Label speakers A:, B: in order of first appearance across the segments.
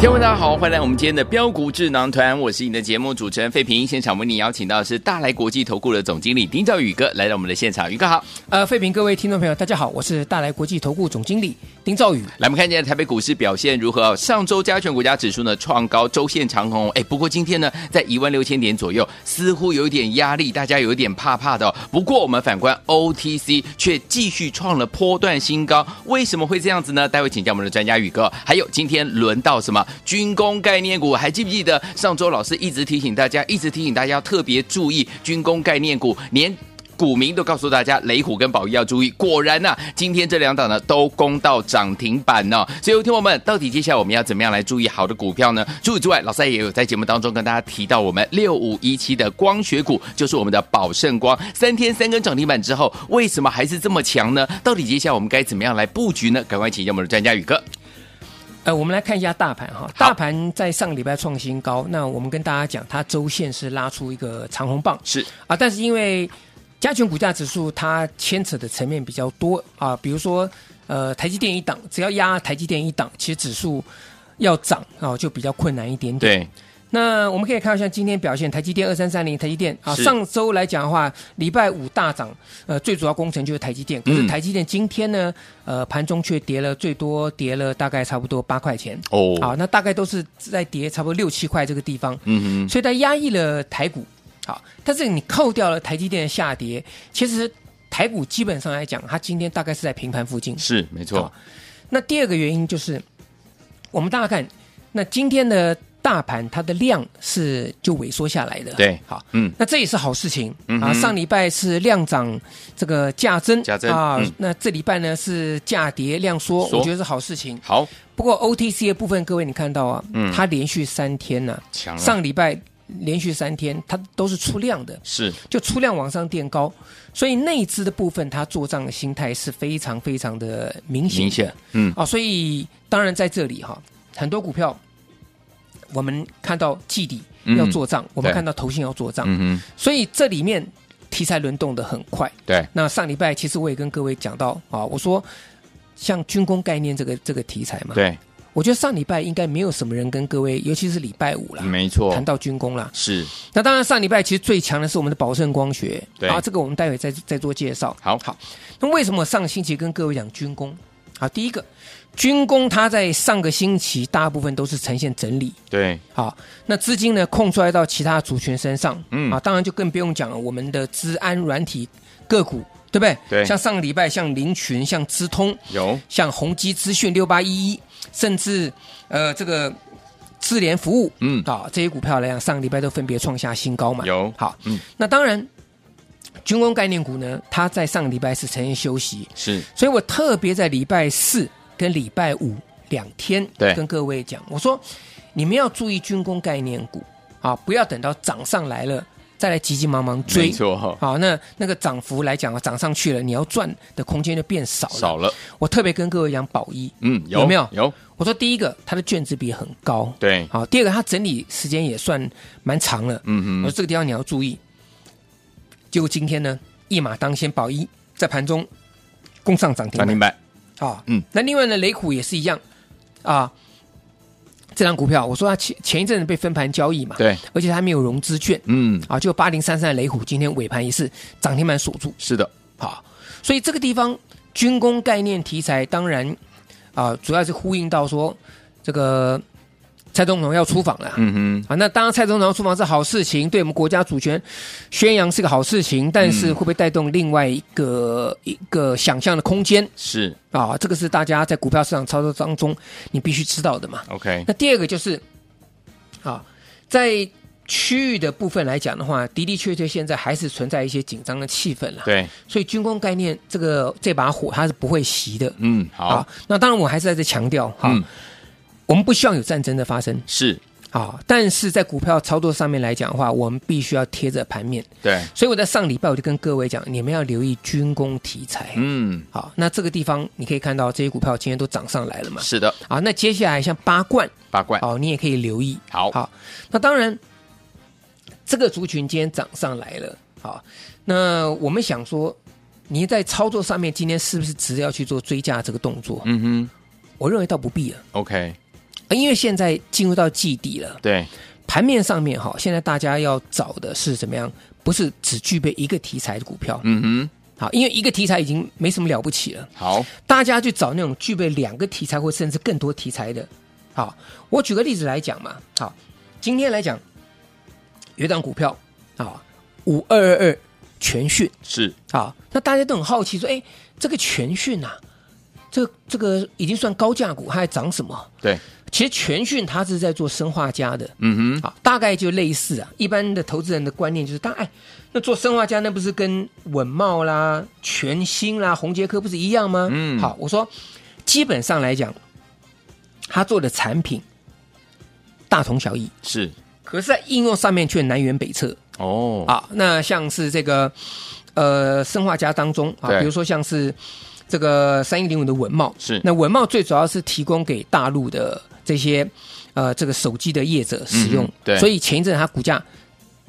A: 听众大家好，欢迎来我们今天的标股智囊团，我是你的节目主持人费平。现场为你邀请到的是大来国际投顾的总经理丁兆宇哥来到我们的现场，宇哥好。
B: 呃，费平各位听众朋友，大家好，我是大来国际投顾总经理丁兆宇。
A: 来，我们看一下台北股市表现如何啊？上周加权股价指数呢创高，周线长红。哎，不过今天呢，在一万六千点左右，似乎有一点压力，大家有一点怕怕的、哦。不过我们反观 OTC 却继续创了波段新高，为什么会这样子呢？待会请教我们的专家宇哥。还有今天轮到什么军工概念股？还记不记得上周老师一直提醒大家，一直提醒大家要特别注意军工概念股，连股民都告诉大家，雷虎跟宝一要注意。果然呐、今天这两档呢都攻到涨停板呢、所以，有听我们，到底接下来我们要怎么样来注意好的股票呢？除此之外，老师也有在节目当中跟大家提到，我们六五一七的光学股就是我们的宝盛光，三天三根涨停板之后，为什么还是这么强呢？到底接下来我们该怎么样来布局呢？赶快请教我们的专家宇哥。
B: 呃，我们来看一下大盘哈，大盘在上个礼拜创新高，那我们跟大家讲，它周线是拉出一个长红棒
A: 是
B: 啊，但是因为加权股价指数它牵扯的层面比较多啊，比如说呃台积电一档，只要压台积电一档，其实指数要涨啊就比较困难一点点。
A: 对，
B: 那我们可以看一下今天表现，台积电二三三零，台积电啊，
A: 是
B: 上周来讲的话，礼拜五大涨，呃，最主要工程就是台积电，可是
A: 嗯
B: 台积电今天呢，呃，盘中却跌了最多跌了大概差不多八块钱，
A: 哦
B: 好、那大概都是在跌差不多六七块这个地方，
A: 嗯哼，
B: 所以它压抑了台股，好，但是你扣掉了台积电的下跌，其实台股基本上来讲，它今天大概是在平盘附近，
A: 是没错
B: 好，那第二个原因就是，我们大家看，那今天的大盘它的量是就萎缩下来的，
A: 对
B: 好，
A: 嗯，
B: 那这也是好事情、
A: 嗯
B: 啊。
A: 哼
B: 上礼拜是量涨这个价增，
A: 价增
B: 啊，
A: 嗯
B: 那这礼拜呢是价跌量缩，
A: 缩
B: 我觉得是好事情。
A: 好
B: 不过 OTC 的部分，各位你看到啊，
A: 嗯
B: 它连续三天呢、
A: 强了
B: 上礼拜连续三天它都是出量的，
A: 是
B: 就出量往上垫高，所以内资的部分它做账的心态是非常非常的明显的
A: 明显，嗯，
B: 啊，所以当然在这里哈，很多股票我们看到季底要做账，我
A: 嗯
B: 们
A: 对
B: 看到投信要做账，
A: 嗯哼，
B: 所以这里面题材轮动的很快。
A: 对，
B: 那上礼拜其实我也跟各位讲到啊，我说像军工概念这个这个题材嘛，
A: 对，
B: 我觉得上礼拜应该没有什么人跟各位，尤其是礼拜五啦，
A: 嗯没错，
B: 谈到军工啦。
A: 是
B: 那当然上礼拜其实最强的是我们的宝盛光学，
A: 对
B: 啊，这个我们待会再再做介绍。
A: 好
B: 好，那为什么上星期跟各位讲军工？啊，第一个，军工它在上个星期大部分都是呈现整理，
A: 对，
B: 好，那资金呢空出来到其他族群身上，
A: 嗯
B: 啊，当然就更不用讲了，我们的资安软体个股，对不对？
A: 对
B: 像上个礼拜像林群、像资通、
A: 有
B: 像宏基资讯六八一一，甚至呃这个智联服务，
A: 嗯
B: 啊这些股票来讲，上个礼拜都分别创下新高嘛，
A: 有
B: 好，
A: 嗯
B: 那当然。军工概念股呢，它在上个礼拜是呈现休息，
A: 是
B: 所以我特别在礼拜四跟礼拜五两天，
A: 对
B: 跟各位讲，我说你们要注意军工概念股啊，不要等到涨上来了再来急急忙忙
A: 没
B: 追。
A: 错，
B: 好，那那个涨幅来讲啊，涨上去了，你要赚的空间就变少了。
A: 少了，
B: 我特别跟各位讲宝一，
A: 嗯，有
B: 有没有
A: 有，
B: 我说第一个它的卷子比很高，
A: 对
B: 好，第二个它整理时间也算蛮长了，
A: 嗯
B: 我
A: 哼，
B: 说这个地方你要注意。结果今天呢，一马当先，宝一在盘中攻上涨停
A: 涨
B: 板
A: 停板，
B: 啊，
A: 嗯
B: 嗯，那另外呢，雷虎也是一样啊。这张股票，我说它前前一阵子被分盘交易嘛，，
A: 对，
B: 而且它没有融资券
A: 嗯，
B: 啊，就八零三三雷虎今天尾盘也是涨停板锁住，
A: 是的，
B: 好，所以这个地方军工概念题材，当然啊、主要是呼应到说这个蔡总统要出访了。
A: 嗯
B: 啊，那当然，蔡总统要出访是好事情，对我们国家主权宣扬是个好事情，但是会不会带动另外一个、一个想象的空间
A: 哼，是
B: 啊？这个是大家在股票市场操作当中你必须知道的嘛。
A: OK，
B: 那第二个就是啊，在区域的部分来讲的话，的的确确现在还是存在一些紧张的气氛啦。，
A: 对，
B: 所以军工概念这个这把火它是不会熄的。啊
A: 嗯，好，，
B: 那当然我还是在这强调哈，
A: 嗯
B: 我们不希望有战争的发生
A: 是，
B: 啊，但是在股票操作上面来讲的话，我们必须要贴着盘面。
A: 对，
B: 所以我在上礼拜我就跟各位讲，你们要留意军工题材。
A: 嗯，
B: 好，那这个地方你可以看到这些股票今天都涨上来了嘛？
A: 是的，
B: 啊，那接下来像八冠
A: 八冠，
B: 哦，你也可以留意。
A: 好，
B: 好，那当然，这个族群今天涨上来了，好，那我们想说，你在操作上面今天是不是值得要去做追加这个动作？
A: 嗯
B: 我认为倒不必了，
A: 哼，OK，
B: 呃因为现在进入到季底了，
A: 对，
B: 盘面上面哈，现在大家要找的是怎么样？不是只具备一个题材的股票，
A: 嗯
B: 好，因为一个题材已经没什么了不起了，
A: 哼，好，
B: 大家去找那种具备两个题材或甚至更多题材的。好，我举个例子来讲嘛。好，今天来讲有一档股票啊，五二二二全讯
A: 是，
B: 啊，那大家都很好奇说，哎，这个全讯啊，这个这个已经算高价股，它还涨什么？
A: 对，
B: 其实全讯它是在做生化家的，
A: 嗯哼，
B: 好，啊大概就类似啊，一般的投资人的观念就是，当哎，那做生化家那不是跟稳茂啦、全新啦、红杰科不是一样吗？
A: 嗯
B: 好，我说基本上来讲，他做的产品大同小异，
A: 是，
B: 可是，在应用上面却南辕北辙
A: 哦，
B: 啊。那像是这个呃生化家当中啊，
A: 对
B: 比如说像是这个三一零五的文茂，
A: 是
B: 那文茂最主要是提供给大陆的这些呃这个手机的业者使用，
A: 嗯对
B: 所以前一阵它股价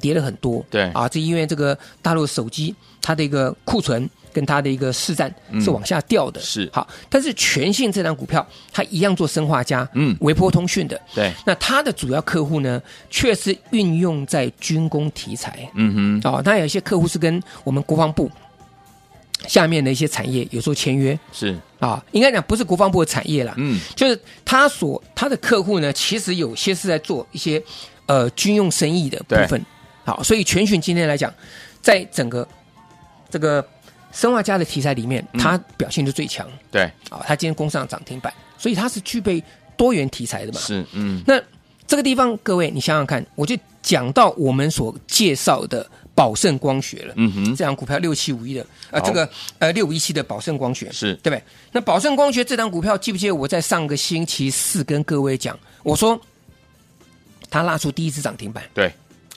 B: 跌了很多，
A: 对
B: 啊，这因为这个大陆手机它的一个库存跟它的一个市占是往下掉的，
A: 嗯是
B: 好，但是全信这张股票它一样做生化家，
A: 嗯
B: 微波通讯的，
A: 对，
B: 那它的主要客户呢，却是运用在军工题材，
A: 嗯哼，
B: 哦，那有一些客户是跟我们国防部下面的一些产业有做签约
A: 是，
B: 啊，应该讲不是国防部的产业啦，
A: 嗯，
B: 就是他所他的客户呢，其实有些是在做一些呃军用生意的部分。好，所以全讯今天来讲，在整个这个生化家的题材里面，
A: 嗯
B: 它表现就最强
A: 对，
B: 啊，它今天攻上涨停板，所以它是具备多元题材的嘛。
A: 是，嗯，
B: 那这个地方，各位你想想看，我就讲到我们所介绍的宝盛光学了，
A: 嗯哼，
B: 这档股票六七五一的，
A: 好
B: 呃，这个呃六五一七的宝盛光学
A: 是
B: 对不对？那宝盛光学这档股票，记不记得我在上个星期四跟各位讲，我说它拉出第一次涨停板，
A: 对，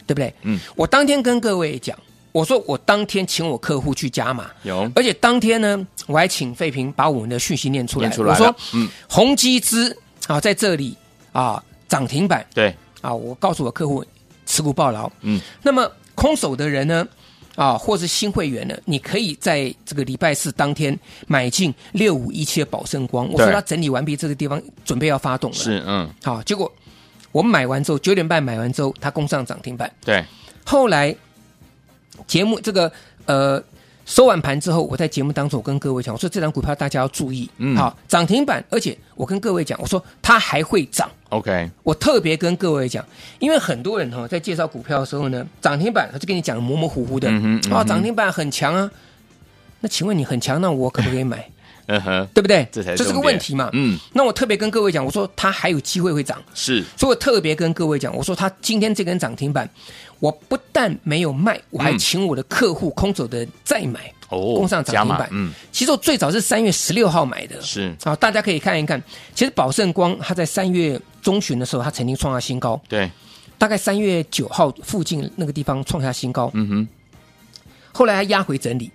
B: 对不对？
A: 嗯，
B: 我当天跟各位讲，我说我当天请我客户去加码，
A: 有，
B: 而且当天呢，我还请费平把我们的讯息念出来，
A: 念出来了
B: 我说，
A: 嗯，
B: 宏基资啊在这里啊涨停板
A: 对，
B: 啊，我告诉我客户持股抱牢，
A: 嗯，
B: 那么空手的人呢，啊，或是新会员呢，你可以在这个礼拜四当天买进六五一七的宝盛光。我说
A: 对
B: 它整理完毕，这个地方准备要发动了。，
A: 是，嗯，
B: 好，结果我们买完之后，九点半买完之后，它攻上涨停板。
A: 对，
B: 后来节目这个呃收完盘之后，我在节目当中我跟各位讲，我说这档股票大家要注意，
A: 嗯
B: 好，涨停板，而且我跟各位讲，我说它还会涨。
A: OK，
B: 我特别跟各位讲，因为很多人哈、哦、在介绍股票的时候呢，涨停板他就跟你讲得模模糊糊的，
A: 嗯哼嗯哼
B: 啊，涨停板很强啊。那请问你很强，那我可不可以买？
A: 嗯哼，
B: 对不对？
A: 这才是
B: 这是个
A: 重点
B: 问题嘛。
A: 嗯，
B: 那我特别跟各位讲，我说它还有机会会涨，
A: 是，
B: 所以我特别跟各位讲，我说它今天这根涨停板，我不但没有卖，我还
A: 嗯
B: 请我的客户空手的再买。
A: 哦
B: 攻上涨停
A: 加码
B: 板
A: 嗯，
B: 其实我最早是三月十六号买的，
A: 是，
B: 好，大家可以看一看。其实宝盛光它在三月中旬的时候，它曾经创下新高，
A: 对，
B: 大概三月九号附近那个地方创下新高，
A: 嗯哼，
B: 后来它压回整理，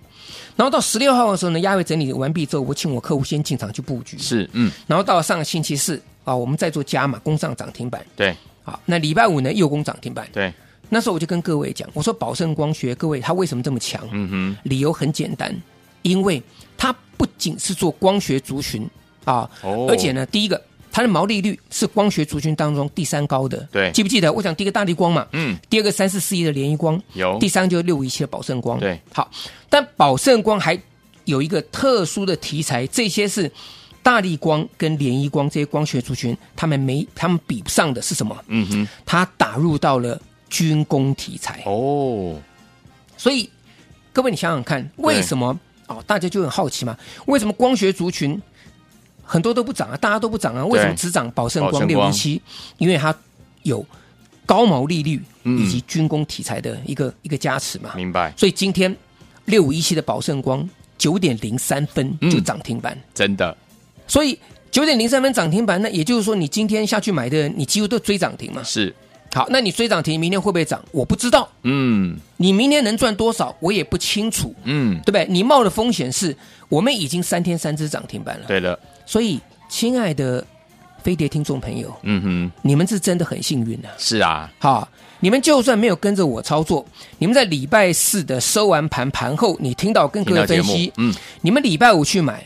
B: 然后到十六号的时候呢，压回整理完毕之后，我请我客户先进场去布局，
A: 是，嗯，
B: 然后到了上个星期四啊，我们再做加码，攻上涨停板。
A: 对，
B: 好，那礼拜五呢又攻涨停板。
A: 对，
B: 那时候我就跟各位讲，我说宝盛光学，各位它为什么这么强？
A: 嗯哼，
B: 理由很简单，因为它不仅是做光学族群啊，
A: 哦
B: 而且呢，第一个它的毛利率是光学族群当中第三高的。
A: 对
B: 记不记得我讲第一个大力光嘛？
A: 嗯，
B: 第二个三四四一的联谊光，
A: 有
B: 第，三就是六五一七的宝盛光。
A: 对，
B: 好，但宝盛光还有一个特殊的题材，这些是大力光跟联谊光这些光学族群，他们没他们比不上的是什么？
A: 嗯哼，
B: 它打入到了军工题材，
A: 哦，
B: 所以各位你想想看，为什么哦？大家就很好奇嘛，为什么光学族群很多都不涨啊？大家都不涨啊？为什么只涨宝盛
A: 宝
B: 光
A: 盛
B: 六
A: 光
B: 一七？因为它有高毛利率
A: 嗯
B: 以及军工题材的一个一个加持嘛。
A: 明白，
B: 所以今天六五一七的宝盛光九点零三分
A: 嗯
B: 就涨停板，
A: 真的，
B: 所以九点零三分涨停板，那也就是说你今天下去买的，你几乎都追涨停嘛。
A: 是，
B: 好，那你追涨停，明天会不会涨？我不知道，
A: 嗯
B: 你明天能赚多少，我也不清楚，
A: 嗯
B: 对，不对？你冒的风险是，我们已经三天三只涨停板了。
A: 对了，
B: 所以，亲爱的飞碟听众朋友，
A: 嗯
B: 你们是真的很幸运啊！
A: 哼，是啊，
B: 好，你们就算没有跟着我操作，你们在礼拜四的收完盘盘后，你听到跟各
A: 听
B: 位
A: 到节
B: 分
A: 目
B: 析，，
A: 嗯，
B: 你们礼拜五去买，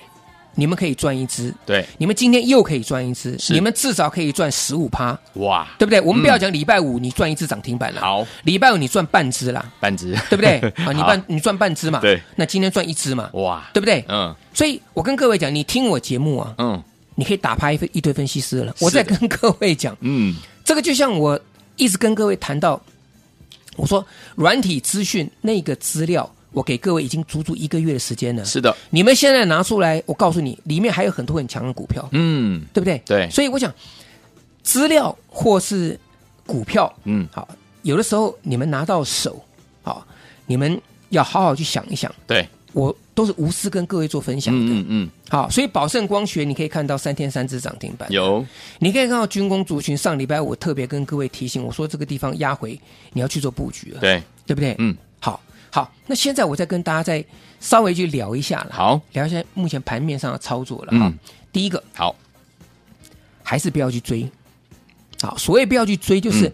B: 你们可以赚一只，
A: 对，
B: 你们今天又可以赚一只，
A: 是
B: 你们至少可以赚十五趴，
A: 哇，
B: 对不对？我们不要
A: 嗯
B: 讲礼拜五你赚一只涨停板了，
A: 好，
B: 礼拜五你赚半只啦，
A: 半只，
B: 对不 对？啊，你
A: 好
B: 半你赚半只嘛，
A: 对，
B: 那今天赚一只嘛，
A: 哇，
B: 对不对？
A: 嗯
B: 所以我跟各位讲，你听我节目啊，
A: 嗯
B: 你可以打趴一一堆分析师了。
A: 是的
B: 我在跟各位讲，
A: 嗯，
B: 这个就像我一直跟各位谈到，我说软体资讯那个资料，我给各位已经足足一个月的时间了。
A: 是的，
B: 你们现在拿出来，我告诉你，里面还有很多很强的股票，
A: 嗯
B: 对不对？
A: 对
B: 所以我想，资料或是股票，
A: 嗯，
B: 好，有的时候你们拿到手，好，你们要好好去想一想。
A: 对，
B: 我都是无私跟各位做分享的。
A: 嗯嗯嗯，
B: 好，所以宝盛光学你可以看到三天三只涨停板，
A: 有，
B: 你可以看到军工族群上礼拜我特别跟各位提醒，我说这个地方压回你要去做布局了，
A: 对，
B: 对不对？
A: 嗯，
B: 好，好，那现在我再跟大家再稍微去聊一下了，，
A: 好，
B: 聊一下目前盘面上的操作了哈。
A: 嗯
B: 第一个
A: 好，
B: 还是不要去追，好，所谓不要去追，就是、
A: 嗯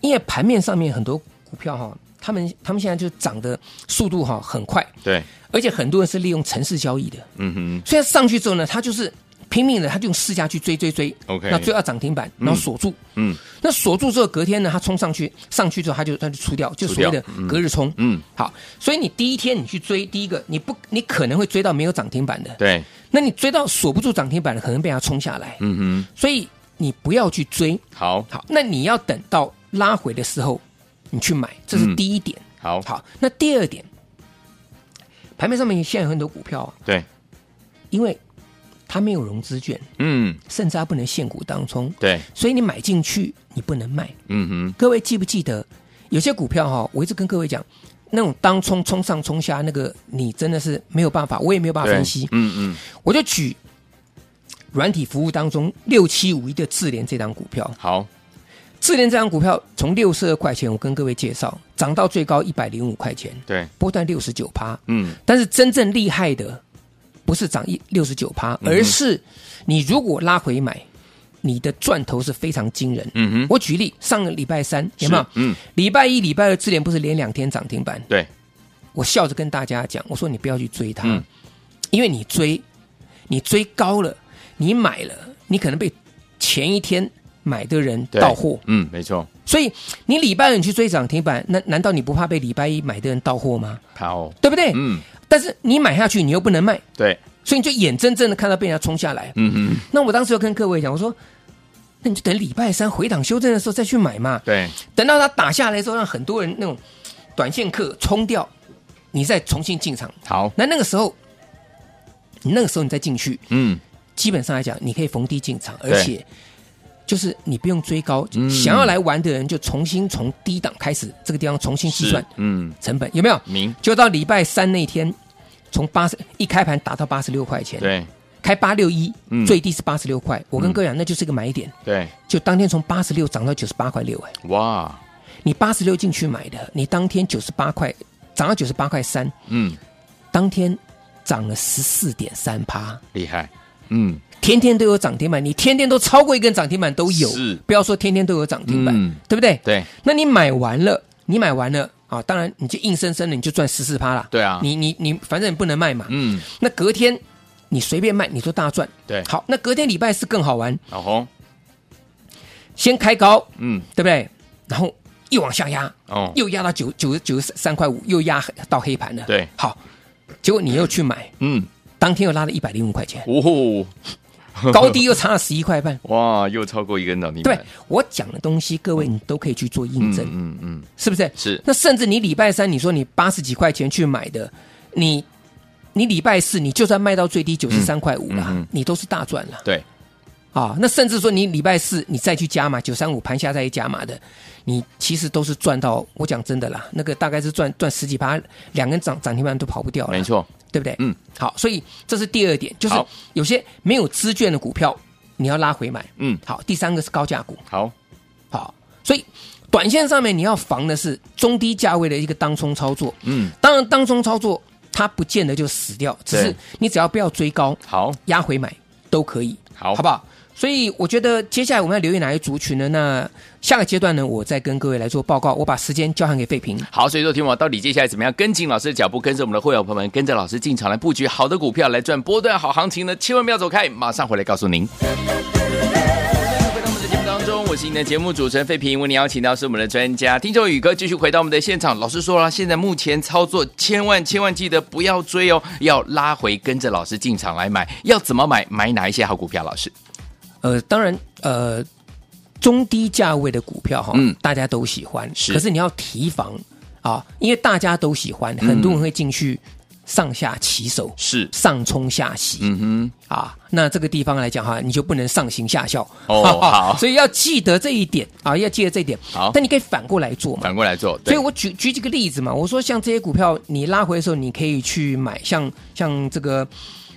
B: 因为盘面上面很多股票哈，他们他们现在就涨的速度哈很快，
A: 对，
B: 而且很多人是利用城市交易的，
A: 嗯
B: 所以它上去之后呢，它就是拼命的，它就用市价去追追追
A: OK
B: 那追到涨停板，然后锁住，
A: 嗯
B: 那锁住之后隔天呢，它冲上去，上去之后它就它就出掉，就所谓的隔日冲，
A: 嗯，
B: 好，所以你第一天你去追，第一个你不你可能会追到没有涨停板的
A: 哼，，对，
B: 那你追到锁不住涨停板的，可能被它冲下来，
A: 嗯
B: 所以你不要去追，
A: 哼，好，
B: 好，那你要等到拉回的时候你去买，这是
A: 嗯
B: 第一点，
A: 好，
B: 好，那第二点，盘面上面现在有很多股票啊，
A: 对，
B: 因为它没有融资券。
A: 嗯，
B: 甚至它不能限股当冲，
A: 对，
B: 所以你买进去你不能卖。
A: 嗯哼，
B: 各位记不记得有些股票哈、我一直跟各位讲，那种当冲冲上冲下那个，你真的是没有办法，我也没有办法
A: 对
B: 啊分析。
A: 嗯嗯，
B: 我就举软体服务当中六七五一的智联这张股票，
A: 好，
B: 智联这张股票从六十二块钱，我跟各位介绍，涨到最高一百零五块钱，
A: 对，
B: 波段六十九趴。
A: 嗯，
B: 但是真正厉害的不是涨一六十九趴，
A: 嗯
B: 而是你如果拉回买，你的赚头是非常惊人。
A: 嗯哼
B: 我举例，上个礼拜三有没有
A: 是？嗯，
B: 礼拜一、礼拜二智联不是连两天涨停板？
A: 对，
B: 我笑着跟大家讲，我说你不要去追它，
A: 嗯
B: 因为你追，你追高了，你买了，你可能被前一天买的人
A: 对
B: 到货，
A: 嗯，没错，
B: 所以你礼拜二你去追涨停板，那难道你不怕被礼拜一买的人到货吗？
A: 好，
B: 对不对？
A: 嗯，
B: 但是你买下去，你又不能卖，
A: 对，
B: 所以你就眼睁睁的看到被人家冲下来。
A: 嗯哼，
B: 那我当时就跟各位讲，我说，那你就等礼拜三回档修正的时候再去买嘛，
A: 对，
B: 等到它打下来之后，让很多人那种短线客冲掉，你再重新进场。
A: 好，
B: 那那个时候，你那个时候你再进去，
A: 嗯，
B: 基本上来讲，你可以逢低进场，
A: 对
B: 而且就是你不用追高，
A: 嗯
B: 想要来玩的人就重新从低档开始，这个地方重新计
A: 是
B: 算，
A: 嗯，
B: 成本，有没有？
A: 明，
B: 就到礼拜三那天，从八十一开盘打到八十六块钱，
A: 对，
B: 开八六一
A: 嗯，
B: 最低是八十六块。我跟各位讲，那就是个买点，
A: 对，
B: 就当天从八十六涨到九十八块六，哎，
A: 哇，
B: 你八十六进去买的，你当天九十八块涨到九十八块三，
A: 嗯，
B: 当天涨了十四点三趴。
A: 厉害，嗯，
B: 天天都有涨停板，你天天都超过一根涨停板都有，
A: 是
B: 不要说天天都有涨停板，
A: 嗯
B: 对不对？
A: 对，
B: 那你买完了，你买完了啊，当然你就硬生生的你就赚十四趴啦。
A: 对啊
B: 你你你，反正你不能卖嘛。
A: 嗯，
B: 那隔天你随便卖，你都大赚。
A: 对
B: 好，那隔天礼拜四更好玩，
A: 老红，
B: 先开高，
A: 嗯，
B: 对不对？然后又往下压，
A: 哦，
B: 又压到九九九十三块五，又压到黑盘了。
A: 对
B: 好，结果你又去买，
A: 嗯，，
B: 当天又拉了一百零五块钱
A: 哦，
B: 高低又差了十一块半。
A: 哇，又超过一根涨停
B: 对
A: 板，
B: 我讲的东西，各位你都可以去做印证，
A: 嗯嗯，
B: 是不是？
A: 是
B: 那甚至你礼拜三你说你八十几块钱去买的，你你礼拜四你就算卖到最低九十三块五啦，
A: 嗯嗯
B: 你都是大赚了。
A: 对，
B: 啊，那甚至说你礼拜四你再去加码九三五盘下再去加码的，你其实都是赚到。我讲真的啦，那个大概是赚赚十几趴，两根涨涨停板都跑不掉了，
A: 没，错，
B: 对不对？
A: 嗯，
B: 好，所以这是第二点，就是
A: 好
B: 有些没有资券的股票你要拉回买。
A: 嗯，
B: 好，第三个是高价股，
A: 好，
B: 好，所以短线上面你要防的是中低价位的一个当冲操作。
A: 嗯，
B: 当然，当冲操作它不见得就死掉，只
A: 对
B: 是你只要不要追高，
A: 好，
B: 压回买都可以，
A: 好
B: 好不好？所以我觉得接下来我们要留意哪些族群呢？那下个阶段呢，我再跟各位来做报告。我把时间交还给费平。
A: 好，所以说，听啊我到底接下来怎么样跟紧老师的脚步，跟着我们的会员朋友们，跟着老师进场来布局好的股票，来赚波段好行情呢？千万不要走开，马上回来告诉您。回到我们的节目当中，我是您的节目主持人费平，为您邀请到是我们的专家听众宇哥，继续回到我们的现场。老师说了，啊现在目前操作千万千万记得不要追哦，要拉回跟着老师进场来买。要怎么买？买哪一些好股票？老师，
B: 呃，当然，呃，中低价位的股票哈，
A: 嗯
B: 大家都喜欢，
A: 是
B: 可是你要提防啊，因为大家都喜欢，很
A: 嗯
B: 多人会进去上下其手，
A: 是
B: 上冲下洗，
A: 嗯
B: 啊，那这个地方来讲哈，你就不能上行下效
A: 哦好
B: 所以要记得这一点啊，要记得这一点。
A: 好
B: 但你可以反过来做
A: 哼，
B: 嘛。
A: 反过来做，
B: 所
A: 对
B: 以我举举几个例子嘛，我说像这些股票，你拉回的时候，你可以去买像像这个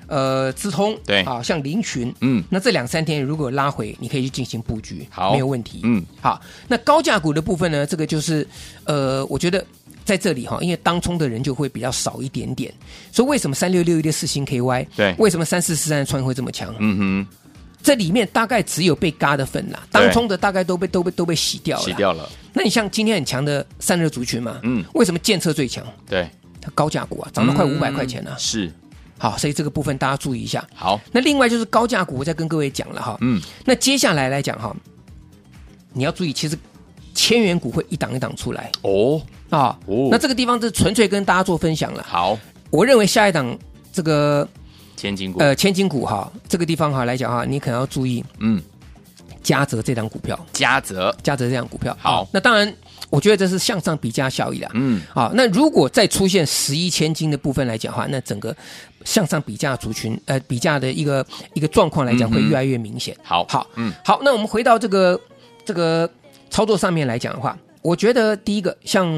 B: 呃资通，
A: 对
B: 啊，像林群，
A: 嗯
B: 那这两三天如果拉回，你可以去进行布局，
A: 好
B: 没有问题，
A: 嗯，
B: 好。那高价股的部分呢，这个就是呃，我觉得在这里哈，因为当冲的人就会比较少一点点，所以为什么三六六一的四星 KY，
A: 对
B: 为什么三四四三的创意会这么强？
A: 嗯
B: 这里面大概只有被嘎的份啦，当冲的大概都被都被都被洗掉
A: 哼，
B: 了，
A: 洗掉了，
B: 那你像今天很强的散热族群嘛，
A: 嗯
B: 为什么建测最强？
A: 对，
B: 它高价股啊，涨了快五百块钱了、啊
A: 嗯是
B: 好，所以这个部分大家注意一下。
A: 好，
B: 那另外就是高价股，我再跟各位讲了哈。
A: 嗯，
B: 那接下来来讲哈，你要注意，其实千元股会一档一档出来
A: 哦，
B: 啊。
A: 哦
B: 那这个地方是纯粹跟大家做分享了。
A: 好，
B: 我认为下一档这个
A: 千金股，
B: 呃千金股哈，这个地方哈来讲哈，你可能要注意
A: 嗯，
B: 嘉泽这档股票，
A: 嘉泽，
B: 嘉泽这档股票。
A: 好
B: 啊那当然，我觉得这是向上比价效益啦。
A: 嗯，
B: 好，啊那如果再出现十一千金的部分来讲的话，那整个向上比价族群，呃，比价的一个一个状况来讲，
A: 嗯哼
B: 会越来越明显。
A: 好，
B: 好，
A: 嗯，
B: 好，那我们回到这个这个操作上面来讲的话，我觉得第一个像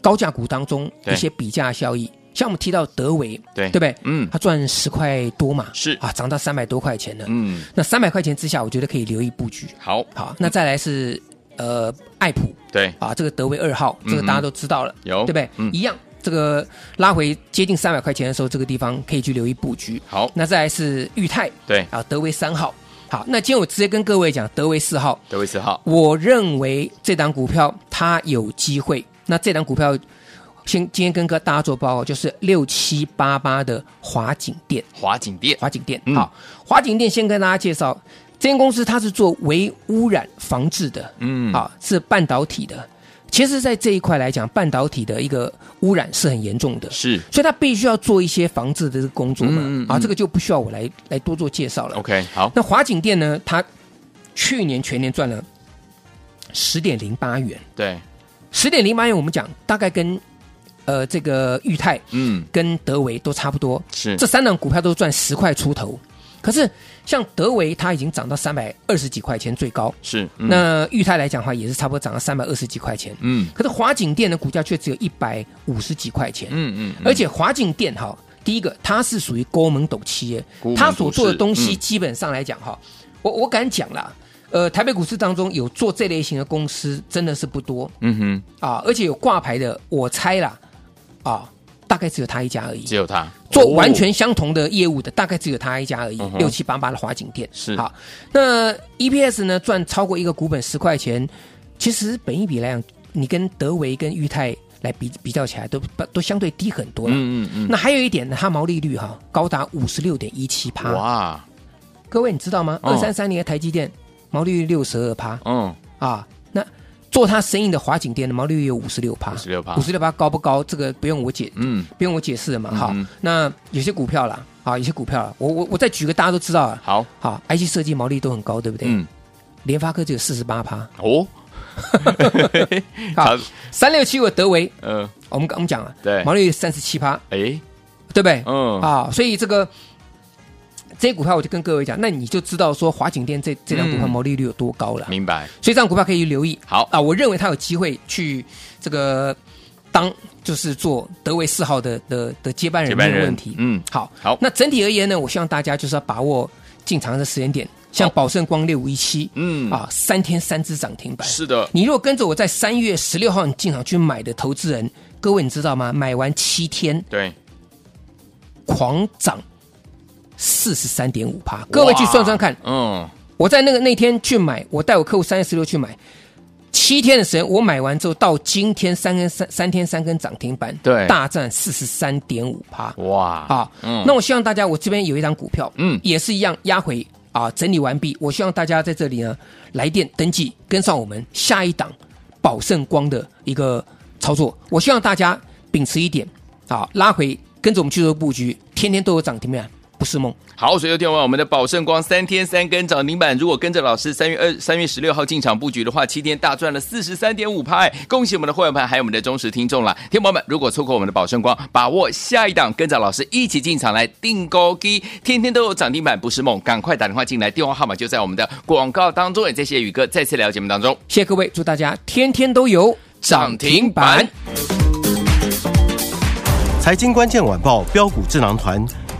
B: 高价股当中
A: 对
B: 一些比价效益，像我们提到德维，
A: 对
B: 对不对？
A: 嗯
B: 它赚十块多嘛，
A: 是
B: 啊，涨到三百多块钱了。
A: 嗯，
B: 那三百块钱之下，我觉得可以留意布局。
A: 好，
B: 好，那再来是呃爱普，
A: 对，
B: 啊，这个德维二号，这个大家都知道了，
A: 嗯有
B: 对不对？
A: 嗯
B: 一样，这个拉回接近三百块钱的时候，这个地方可以去留意布局。
A: 好，
B: 那再来是裕泰
A: 对，
B: 啊，德维三号。好，那今天我直接跟各位讲德维四号，
A: 德维斯号，
B: 我认为这档股票它有机会。那这档股票，先今天跟各大家做报告，就是六七八八的华景店。
A: 华景店，
B: 华景店。
A: 嗯
B: 好，华景店先跟大家介绍，这间公司它是做微污染防治的，
A: 嗯
B: 啊，是半导体的。其实，在这一块来讲，半导体的一个污染是很严重的，
A: 是
B: 所以它必须要做一些防治的这个工作嘛。
A: 嗯嗯嗯
B: 啊，这个就不需要我来来多做介绍了。
A: ，OK，好，
B: 那华景店呢，它去年全年赚了十点零八元，
A: 对，
B: 十点零八元，我们讲大概跟呃这个裕泰
A: 嗯，
B: 跟德维都差不多，
A: 是
B: 这，三档股票都赚十块出头，可是像德维它已经涨到三百二十几块钱最高，
A: 是，嗯，
B: 那裕泰来讲的话也是差不多涨到三百二十几块钱，
A: 嗯，
B: 可是华景店的股价却只有一百五十几块钱，
A: 嗯嗯，嗯
B: 而且华景店哈，第一个它是属于高门斗企业
A: 高门，斗
B: 它所做的东西
A: 嗯
B: 基本上来讲哈，我我敢讲啦，呃，台北股市当中有做这类型的公司真的是不多
A: 嗯哼，
B: 啊，而且有挂牌的，我猜啦啊，大概只有他一家而已
A: 只。有哦它
B: 做完全相同的业务的，大概只有他一家而已
A: 嗯，哼
B: 六七八八的华景店
A: 是
B: 好。那 EPS 呢，赚超过一个股本十块钱，其实本一比来讲，你跟德维跟裕泰来比比较起来，都都相对低很多
A: 哦
B: 了。
A: 嗯嗯
B: 那还有一点呢，它毛利率哈、高达五十六点一七
A: 嗯，
B: 趴。
A: 哇，
B: 各位你知道吗？
A: 哦
B: 二三三年的台积电毛利率六十二趴
A: 嗯，
B: 啊，那做它生意的华景店的毛利率有五十六趴，
A: 56%
B: 五十六趴高不高？这个不用我解
A: 嗯，
B: 不用我解释了嘛，
A: 嗯
B: 哈、
A: 嗯
B: 那有些股票啦，啊，有些股票啦，我我我再举个大家都知道啊，
A: 好，
B: 好，IC 设计毛利都很高，对不对？
A: 嗯，
B: 联发科只有四十八趴，
A: 哦，
B: 好
A: 好，
B: 三六七五的德维，
A: 嗯，
B: 我们刚我们讲啊，
A: 对
B: 毛利三十七趴，
A: 哎，
B: 对不对？
A: 嗯，
B: 啊，所以这个这些股票我就跟各位讲，那你就知道说华景店这这
A: 嗯
B: 两股票毛利率有多高了。
A: 明白。
B: 所以这样股票可以留意。
A: 好
B: 啊，我认为它有机会去这个当就是做德维四号的的的接班人
A: 接班
B: 没有
A: 人
B: 问题。
A: 嗯
B: 好，
A: 好
B: 那整体而言呢，我希望大家就是要把握进场的时间点，像宝盛光六五一七，
A: 嗯
B: 啊，三天三只涨停板。
A: 是的，
B: 你如果跟着我在三月十六号你进场去买的投资人，各位你知道吗？买完七天
A: 对，
B: 狂涨四十三点五趴，各位去算算看，
A: 嗯，
B: 我在那个那天去买，我带我客户三月十六去买，七天的时间，我买完之后到今天三根三三天三根涨停板，
A: 对
B: 大战四十三点五趴
A: 哇，
B: 啊！
A: 嗯
B: 那我希望大家，我这边有一张股票，
A: 嗯
B: 也是一样压回啊，整理完毕。我希望大家在这里呢来电登记，跟上我们下一档宝盛光的一个操作。我希望大家秉持一点啊，拉回跟着我们去做布局，天天都有涨停板不是梦。
A: 好，所以有听完我们的宝盛光三天三根涨停板，如果跟着老师三月二三月十六号进场布局的话，七天大赚了四十三点五拍，恭喜我们的会员盘还有我们的忠实听众啦！听众朋友们，如果错过我们的宝盛光，把握下一档，跟着老师一起进场来定高低，天天都有涨停板不是梦，赶快打电话进来，电话号码就在我们的广告当中，也谢谢宇哥再次来到节目当中。
B: 谢谢各位，祝大家天天都有
A: 涨停板。
C: 财经关键晚报标股智囊团